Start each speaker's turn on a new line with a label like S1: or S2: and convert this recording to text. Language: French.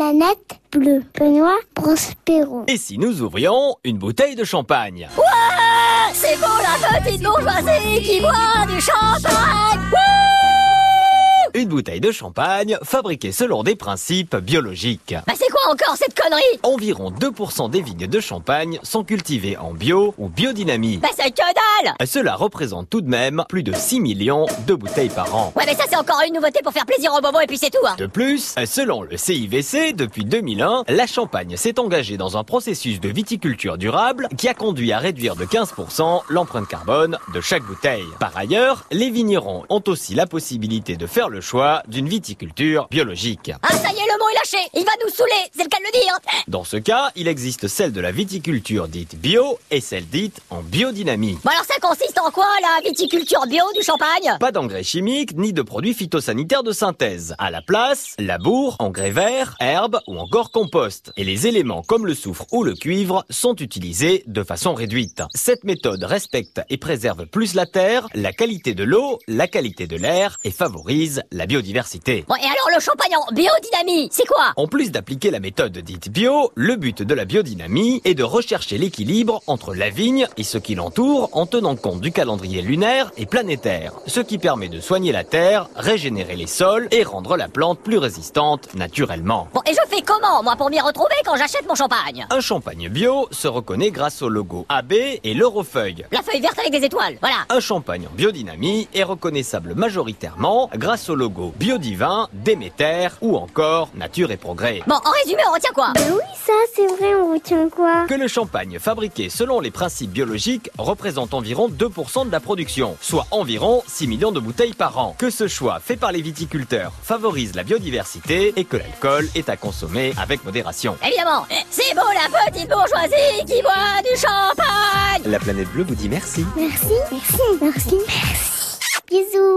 S1: Planète bleue. Benoît Prospero.
S2: Et si nous ouvrions une bouteille de champagne
S3: Ouais C'est beau la petite bourgeoisie qui boit du champagne Wouh
S2: Une bouteille de champagne fabriquée selon des principes biologiques.
S3: Bah c'est quoi encore cette connerie Hein
S2: Environ 2% des vignes de champagne sont cultivées en bio ou biodynamie.
S3: Bah c'est que dalle
S2: Cela représente tout de même plus de 6 millions de bouteilles par an.
S3: Ouais mais ça c'est encore une nouveauté pour faire plaisir aux bobos et puis c'est tout hein.
S2: De plus, selon le CIVC, depuis 2001, la Champagne s'est engagée dans un processus de viticulture durable qui a conduit à réduire de 15% l'empreinte carbone de chaque bouteille. Par ailleurs, les vignerons ont aussi la possibilité de faire le choix d'une viticulture biologique.
S3: Ah ça y est, le mot est lâché Il va nous saouler, c'est le cas de le dire Hein
S2: Dans ce cas, il existe celle de la viticulture dite bio et celle dite en biodynamie.
S3: Bon alors ça consiste en quoi la viticulture bio du champagne Hein
S2: Pas d'engrais chimiques ni de produits phytosanitaires de synthèse. À la place, labour, engrais verts, herbes ou encore compost. Et les éléments comme le soufre ou le cuivre sont utilisés de façon réduite. Cette méthode respecte et préserve plus la terre, la qualité de l'eau, la qualité de l'air et favorise la biodiversité.
S3: Bon et alors le champagne en biodynamie, c'est quoi Hein
S2: En plus d'appliquer la méthode dite bio, le but de la biodynamie est de rechercher l'équilibre entre la vigne et ce qui l'entoure en tenant compte du calendrier lunaire et planétaire, ce qui permet de soigner la terre, régénérer les sols et rendre la plante plus résistante naturellement.
S3: Bon, et je fais comment, moi, pour m'y retrouver quand j'achète mon champagne Hein
S2: Un champagne bio se reconnaît grâce au logo AB et l'eurofeuille.
S3: La feuille verte avec des étoiles, voilà.
S2: Un champagne en biodynamie est reconnaissable majoritairement grâce au logo Biodivin, Déméter ou encore Nature et Progrès.
S3: Bon, en résumé, on retient quoi
S1: Ben oui, ça, c'est vrai, on retient quoi
S2: Que le champagne fabriqué selon les principes biologiques représente environ 2% de la production, soit environ 6 millions de bouteilles par an. Que ce choix fait par les viticulteurs favorise la biodiversité et que l'alcool est à consommer avec modération.
S3: Évidemment, c'est beau la petite bourgeoisie qui boit du champagne
S2: La planète bleue vous dit merci.
S1: Merci, merci, merci, merci. Bisous.